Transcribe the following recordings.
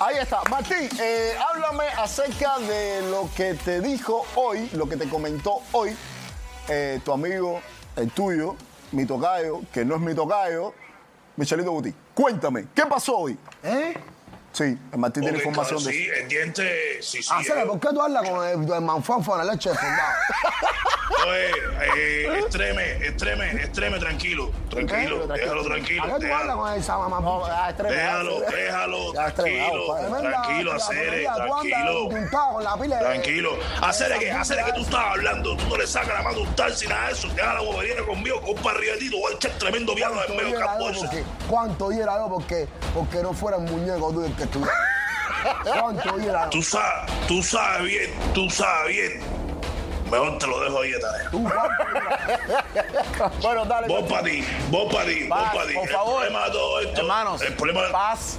Ahí está. Martín, eh, háblame acerca de lo que te dijo hoy, lo que te comentó hoy eh, tu amigo, el tuyo, mi tocayo, que no es mi tocayo, Michelito Guti. Cuéntame, ¿qué pasó hoy? ¿Eh? Sí, el Martín tiene Porque, información claro, de sí, eso. el diente, sí, sí. Hacele, eh, Ah, ¿por qué tú hablas con el, el manfánfana, leche de soldado? Oye, eh, estreme, estreme, estreme, tranquilo, Tranquilo, tranquilo, déjalo tranquilo. ¿Por qué tú hablas déjalo. con esa mamá? No, ah, es tremendo. Déjalo, déjalo, Ya, estremado, tranquilo, padre. Tremenda- tranquilo, Acere, María, tú andas tranquilo, entuntado con la pila de- tranquilo. Acere que, Acere que tú estás hablando, tú no le sacas la mano a un tal sin nada de eso, deja la bobería conmigo, compa Riverito, voy a echar tremendo viaje en ¿Cuánto medio diera campo yo ese. porque, ¿Cuánto diera yo porque, porque no fuera el muñeco tú el que estuviera? ¿Cuánto diera yo? Tú sabes, tú sabes bien, tú sabes bien. Mejor te lo dejo ahí de tarea. ¿Tú cuánto diera? Bueno, dale. Vos para ti, vos para ti, vos Paz, para ti. por El favor. problema de todo esto, Hermanos, el problema paz,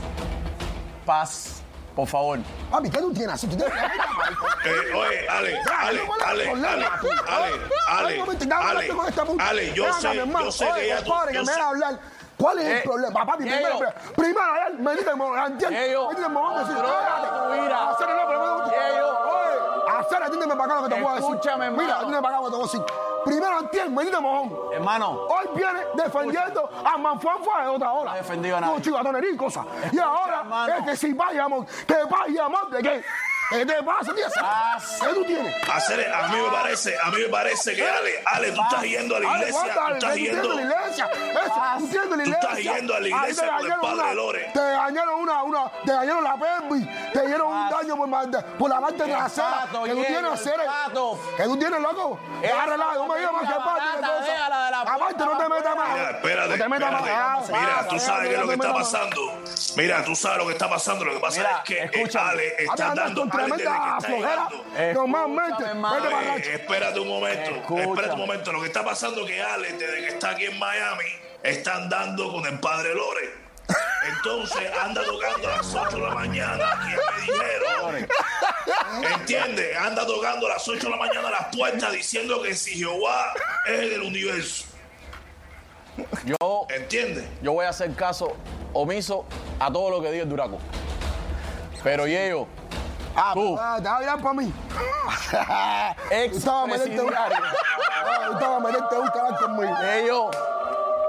paz, por favor. Papi, ¿qué tú tienes así? ¿Tú tienes la vida, marico? Eh, oye, Ale, Ale, Tengo la- Ale, problema, Ale, tú. Ale, Ale, Tengo que- dame Ale, la- con este esta puta. Ale, yo Venga, sé, mi hermano. yo sé Oye, que ya tú, compadre, que yo me sé- van a hablar. ¿Cuál es el Eh, problema? Papi, primero, Diego. primero, primero, a ver, me diste mo- entiende, Diego. me diste mojón, decir, Droga, tu vida. Hacer no, pero no, Diego. Oye, hacer, atiéndeme para acá lo que te puedo decir. Escúchame, hermano. Mira, atiéndeme para acá lo que te voy a decir. Primero, entiende, me diste mojón. Hermano, Hoy viene defendiendo a Manfuanfa de otra hora. No ha defendido a nadie. No, chivatonería y cosas. Y ahora, hermano. este sí, vayamos, que vayamos, ¿de qué? ¿Qué te pasa, tía? Paz. ¿Qué tú tienes? Hacer- a mí me parece, a mí me parece que Ale, Ale, tú estás yendo a la Ale, iglesia, tú guarda, estás Ale, que tú yendo. tienes la iglesia. Eso, Ah. tú tienes la Tú iglesia. estás yendo a la Ahí iglesia te con el dañaron padre una- Lore. Te dañaron una, una, te dañaron la permi. Te dieron un daño por, mal- por la parte trasera. pato, Que tú Diego, tienes el hacer. pato. Que tú tienes, loco. Esa Arreglado, no me digas más que patita parte. barata, vea la de la Aparte, no te metas más. Mira, espérate, No te metas más. espérate. Ah, Mira, pasa, tú sabes eh, qué es lo no que te metas está más. pasando. Mira, tú sabes lo que está pasando. Lo que pasa Mira, es que eh, escúchame. Ale Ahora está andas dando, con Ale desde que tremenda está flojera. llegando. Normalmente, vete hermano. para la Eh, espérate un momento, Escucha. espérate un momento. Lo que está pasando es que Ale, desde que está aquí en Miami, está andando con el padre Lore. Entonces anda tocando a las 8 de la mañana aquí en Medinero. ¿Entiendes? Anda tocando a las 8 de la mañana a las puertas diciendo que si Jehová es el del universo. yo, ¿Entiendes? yo voy a hacer caso omiso a todo lo que diga el Duraco. Pero Yeo, tú, Ah, te vas a virar para mí. Tú ex estabas a meterte un presidiario. Ah, Tú estabas a meterte un canal conmigo. Yeyo,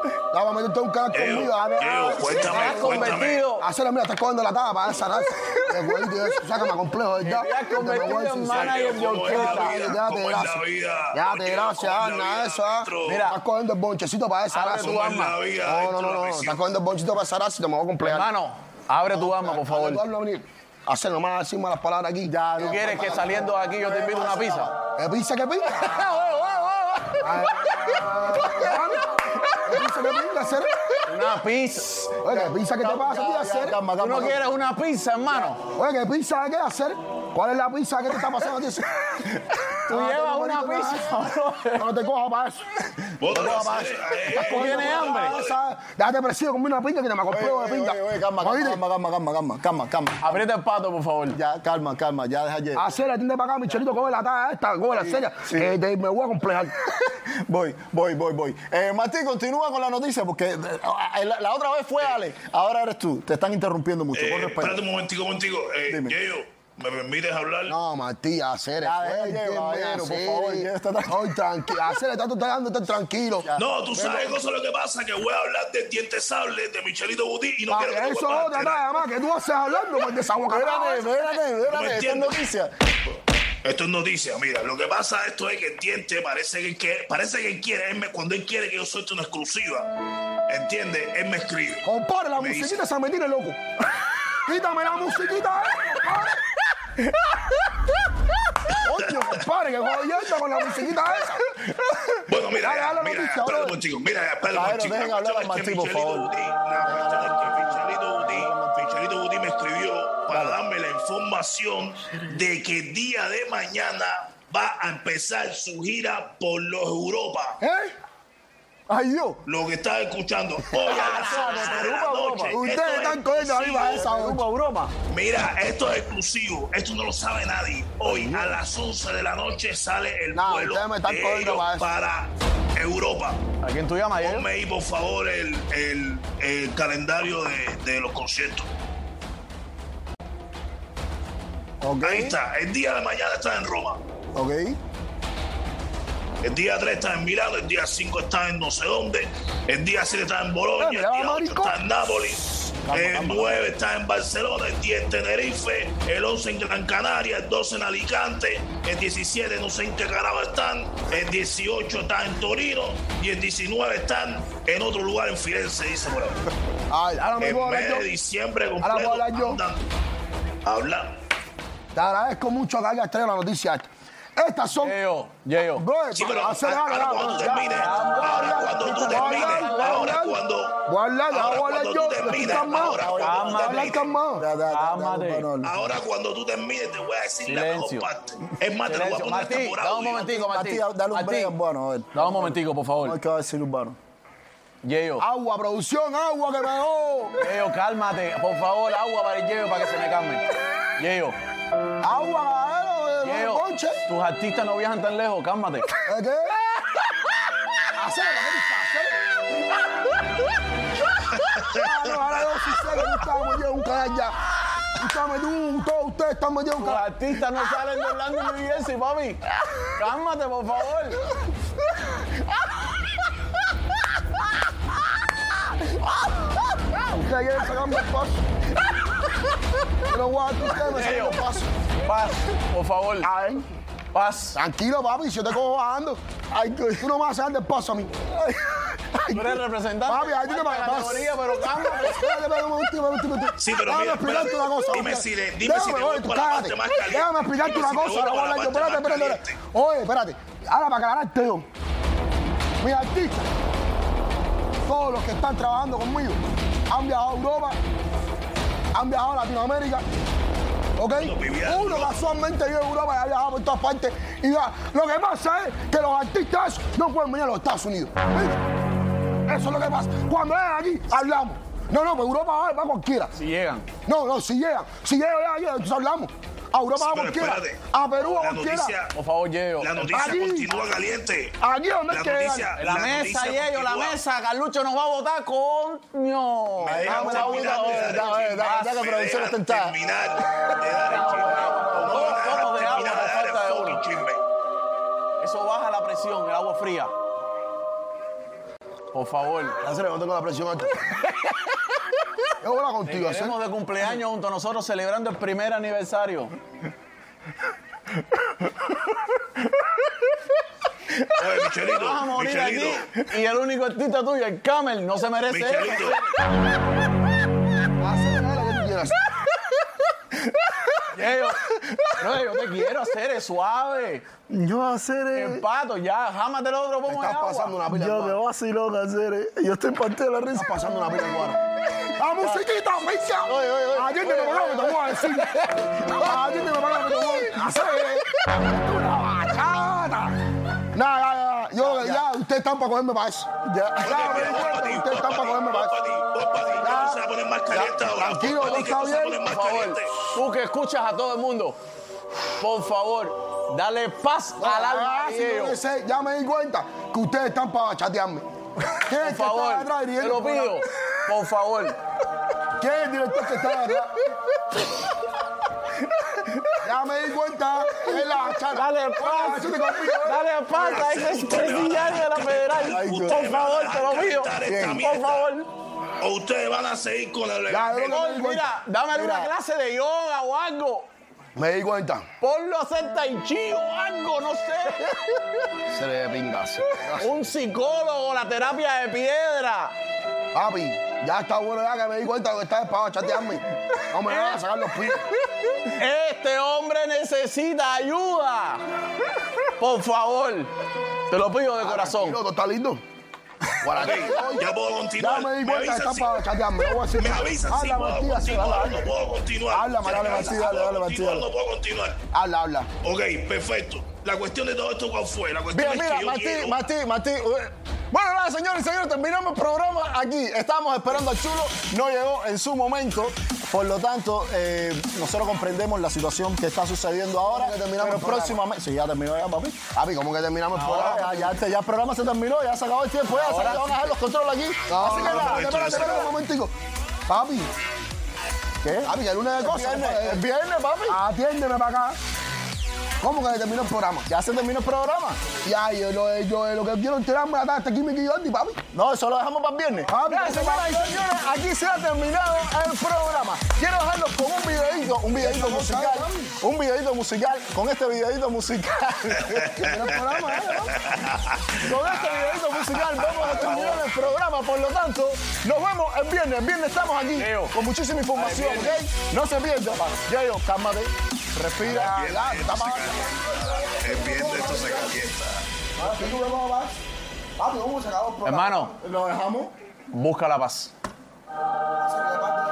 Estabas a meterte un canal Eo, conmigo. A ver, Eo, ah, te has cuéntame, cuéntame. convertido, Hacerlo, mira, estás cogiendo la tapa para esa raza. De jueguito y eso, ¿eh? sácame a complejo, ¿verdad? Te has convertido Te voy a en decir, manager sí. de Como es la orquesta. vida, Date Como es la vida. gracias. Date Oye, gracias, como es la Ana, vida, eso, ah. maestro. Mira. Estás cogiendo el bonchecito para esa Abre raza. tu Como es la alma. vida. No, esto no, es no, la no. prisión. Estás cogiendo el bonchecito para esa raza y te me voy a complejar. hermano, abre tu alma, por Dale, favor. Pablo, venir. Hacer nomás decir malas palabras aquí. Ya, ¿Tú quieres que saliendo de aquí yo te invite una pizza? ¿Qué pizza, qué pizza? Ay, ¿Qué pizza, qué pizza, hacer? Una pizza. Oye, ¿qué pizza, qué te pasa a ti, hacer? calma, ¿Tú no calma. quieres una pizza, hermano? Oye, ¿qué pizza, qué hacer? ¿Cuál es la pizza que te está pasando a ti? Tú Ah, llevas no, una marico, nada de pizza, eso. brother. No te cojo para eso. Bótale, ¿Tú eh, tienes hambre? ¿Sabes? Déjate presido con una pinta que te me Oye, compré una oye, pinta. oye, oye, calma, Oíste, calma, calma, calma, calma, calma, calma. Aprieta el pato, por favor. Ya, calma, calma, ya deja ayer. Hacer, atiende para acá, mi chelito, coge la taza esta, coge la seria. que te- me voy a complejar. Voy, voy, voy, voy. Eh, Martín, continúa con la noticia porque eh, la, la otra vez fue Ale, ahora eres tú. Te están interrumpiendo mucho, con eh, respeto. espérate un momentico contigo. Eh, Dime. Yeyo, ¿me permites hablar? No, Matías, hacer, Ya, deja llevar, Bayero, por favor, ya está tranquilo. Estoy tranquilo. Hacer, está tú dando tranquilo. No, tú sabes cosa lo que pasa, que voy a hablar de diente sable, de Michelito Butí, y no Pa' quiero que que Ah, eso es otra nada más que tú haces hablando pues, Espérate, con desaguacatado. espérate, No me espérate, esta es entiendes. noticia. Esto es noticia, mira, lo que pasa esto es que el diente parece que, que- parece que él quiere, él me- cuando él quiere que yo suelte una exclusiva, ¿entiendes? Él me escribe. Compare la Me dice- musiquita esa mentira, loco. Quítame la musiquita, eh, compadre. Oye, compadre, que jodiendo con la musiquita esa. Bueno, mira, Dale, ya, dale la mira, noticia, espérate brother. un momentico, mira, espérate un Claro, momentico. dejen La hablar cuestión al es que Martín, por Michelito favor. Butí- La cuestión es que Michelito Butí, Michelito Butí me escribió para darme la información de que el día de mañana va a empezar su gira por los Europa. ¿Eh? Ay, Dios. Lo que estás escuchando hoy a las 11 de la Europa, noche. Europa. esto Ustedes es están cogiendo exclusivo. arriba esa Europa, Europa. Mira, esto es exclusivo. Esto no lo sabe nadie. Hoy a las 11 de la noche sale el No, vuelo ustedes me están de cogiendo para ellos eso. para Europa. ¿A quién tú llamas, Yeyo? Ponme ahí, por favor, el, el- el calendario de, de los conciertos. Ok, Ahí está. El día de mañana está en Roma. ok. El día 3 está en Milano, el día 5 está en no sé dónde, el día 7 está en Bolonia, Mira, el día 8 marico. está en Nápoles, el 9 está en Barcelona, el 10 en Tenerife, el 11 en Gran Canaria, el 12 en Alicante, el 17 no sé en qué carajo están, el 18 está en Torino y el 19 están en otro lugar en Firenze, dice por ahí. Ay, ahora me En puedo mes hablar yo. de diciembre puedo completo hablar yo. andan- Habla. Te agradezco mucho que hayas traído la noticia. esta. Estas son. Yeyo, Yeyo. Bro, Eh, Sí, pero hacer ahora algo, cuando ya, termine, ya, ahora ya, cuando tú voy a hablar, termines, voy a ahora hablar. cuando... Voy a hablar, ya ahora voy a hablar cuando yo. tú termines, calmado, ahora voy cuando a tú hablar termines. calmado. Ya, ya, ya, ya, Ámate. Manolo. Ahora cuando tú termines te voy a decir Silencio. la mejor parte. Es más, te lo voy a Silencio. poner Martí, hasta por dame un audio. momentico, Martí. Martí, dale un Martí, break, bueno, a ver. Dame un momentico, por No hay favor. que decir urbano. Yeyo. Agua, producción, agua que me dejó. Yeyo, cálmate. Por favor, agua para el Yeyo para que se me calme. Yeyo, Agua, eh, Yeyo, caballero, conche. tus artistas no viajan tan lejos, cálmate. ¿Eh, ¿Qué? Hacer, ¿qué te pasa? Ah, no, ahora yo sí sé que tú estás metido en un canal ya. Tú estás metido, en- todos ustedes están metidos en un Tus canal. artistas no salen de Orlando y New Jersey, papi. Cálmate, por favor. Ustedes quieren sacarme el paso. Yo no voy a dejar que ustedes me saquen Yeyo, el paso. paz, por favor. A ver, Paz. tranquilo, papi, si yo te cojo bajando. Ay, tú no me vas a sacar del paso a mí. Ay, ay, Tú eres representante. Papi, ahí tú te Falta pagas. categoría, pero cálmate. Espérate, espérate, un momento, un momento, un momento. Sí, pero Déjame mira, explicarte espérate. una cosa. Dime espérate. si le- dime si te Déjame, voy oye, tú para la parte cállate. más caliente. Déjame explicarte Dime una si te voy cosa. ahora para voy a la hablar yo. parte Espérate, más espérate, espérate. Oye, espérate. Ahora, para este aclarar el teo, mis artistas, todos los que están trabajando conmigo, han viajado a Europa, han viajado a Latinoamérica. ¿Ok? vivían en Uno Europa. casualmente vive en Europa y ha viajado por todas partes. Y va. Lo que pasa es que los artistas no pueden venir a los Estados Unidos. ¿Viste? Eso es lo que pasa. Cuando llegan aquí, hablamos. No, no, pues Europa va, va cualquiera. Si llegan. No, no, si llegan. Si llegan, llegan, llegan, entonces hablamos. A Europa Sí, va pero cualquiera. espérate. A Perú va La cualquiera. Ah, noticia, Por favor, Yeyo. la noticia Allí. continúa caliente. Aquí es donde La es que llegan. noticia- La, La mesa, noticia Yeyo, la continúa. mesa. Carlucho nos va a votar, coño. Me dame dejan la terminar agüita, de eh, dar dame, dame, el chisme. dame que Me producción dejan está sentada. terminar de dar el chisme. No van Dos a dejar copos de agua, terminar de dar por el falta de fucking uno. chisme. Eso baja la presión, el agua fría. Por favor. Cáceres, yo tengo la presión alta. Yo voy a hablar contigo, ¿sí? Estamos de cumpleaños junto a nosotros celebrando el primer aniversario. Ah, Oye, Michelito, Vas a morir Michelito, aquí y el único artista tuyo, el Camel, no se merece eso. Michelito. Cáceres, haz lo que tú quieras. Yeyo, no, yo te quiero hacer es suave. Yo hacer es. Empato, ya, jámate el otro pomo de Estás agua. pasando una pila. Yo hermano. me vacilo hacer es. Yo estoy partido de la risa. Estás pasando una pila, hermano. ¡La musiquita, Micha! Ayer te me pagaron que te voy a decir. Ayer te me pagaron que te voy a decir. ¡Una bachata! Nada, yo, ya, ustedes están para cogerme para eso. Ya, ya me di cuenta que ustedes están para cogerme para eso. Ya. se va a poner más caliente Ya, ahora. tranquilo, Vos, Pati, no que esto se va a está poner bien, más Por favor, caliente. tú que escuchas a todo el mundo, por favor, dale paz al alma Ah, de sí, Yeyo. yo qué sé, ya me di cuenta que ustedes están para chatearme. ¿Quién es Por el que está favor, atrás te dirigiendo lo el programa? pido, por favor. ¿Quién es el director que está atrás? ya me di cuenta, es la bachata. Dale Bueno, eso te confío, ¿eh? Dale paz a ese tresillar de la federal. Por favor, te lo pido. Por favor. O ustedes van a seguir con el... Ya, yo el- lo que me di Mira, cuenta. dámele una Mira, clase de yoga o algo. Me di cuenta. Ponlo a hacer tai chi o algo, no sé. Se le pingas. Un psicólogo, la terapia de piedra. Papi, ya está bueno ya que me di cuenta que estás para chatearme. No me vas a sacar los pies. Este hombre necesita ayuda. Por favor. Te lo pido de corazón. Tranquilo, ¿tú estás lindo? Ok, ya puedo continuar. Ya me di Me cuenta que avisan estás si- para chatearme. Yo voy a decir- Me avisan si Habla, puedo mentira, sí, continuar, habla. no puedo continuar. Habla, Si me dale, avisan, Martí, dale, ¿puedo dale, Martí, continuar, dale. No puedo continuar. Habla, habla. Ok, perfecto. La cuestión de todo esto, ¿cuál fue? La Mira, cuestión es mira, que yo Martí, quiero- Martí, Martí. eh. Bueno, nada, señores y señores, terminamos el programa aquí. Estábamos esperando al chulo, no llegó en su momento. Por lo tanto, eh, nosotros comprendemos la situación que está sucediendo ahora. que terminamos pero el programa? próximamente. Sí, ya terminó ya, papi. Papi, ¿cómo que terminamos el Ahora, programa? ya, este, ya- ya el programa se terminó, ya se acabó el tiempo, ya se van a dejar los controles aquí. Así que no, nada, no, espérate, espérate, espérate. espérate un momentico. Papi, ¿Qué? papi, que el lunes de Es cosas. viernes, es eh, viernes, papi. Atiéndeme para acá. ¿Cómo que terminó el programa? Ya se terminó el programa. Ya, yo, lo- yo, lo que quiero enterarme la tarde hasta aquí me quedo Andy, papi. No, eso lo dejamos para el viernes. Ah, Mira, pero eso señoras va- y señores, aquí se ha terminado el programa. Quiero dejarlos con un videito, un videito no musical. sabe, Un videito musical, con este videito musical. Terminó el programa, ¿eh? Con este videito musical vamos a terminar el programa, por lo tanto, nos vemos el viernes. El viernes estamos aquí Leo. con muchísima información, Ay, el ¿ok? No se pierda. Yayo, cálmate, respira. Ya, ya, está pagando. Es bien de esto se calienta. Papi, tú me vas a pagar. Papi, ¿cómo se acabó el programa? Hermano, ¿Lo dejamos? busca la paz. Se quedó parte de-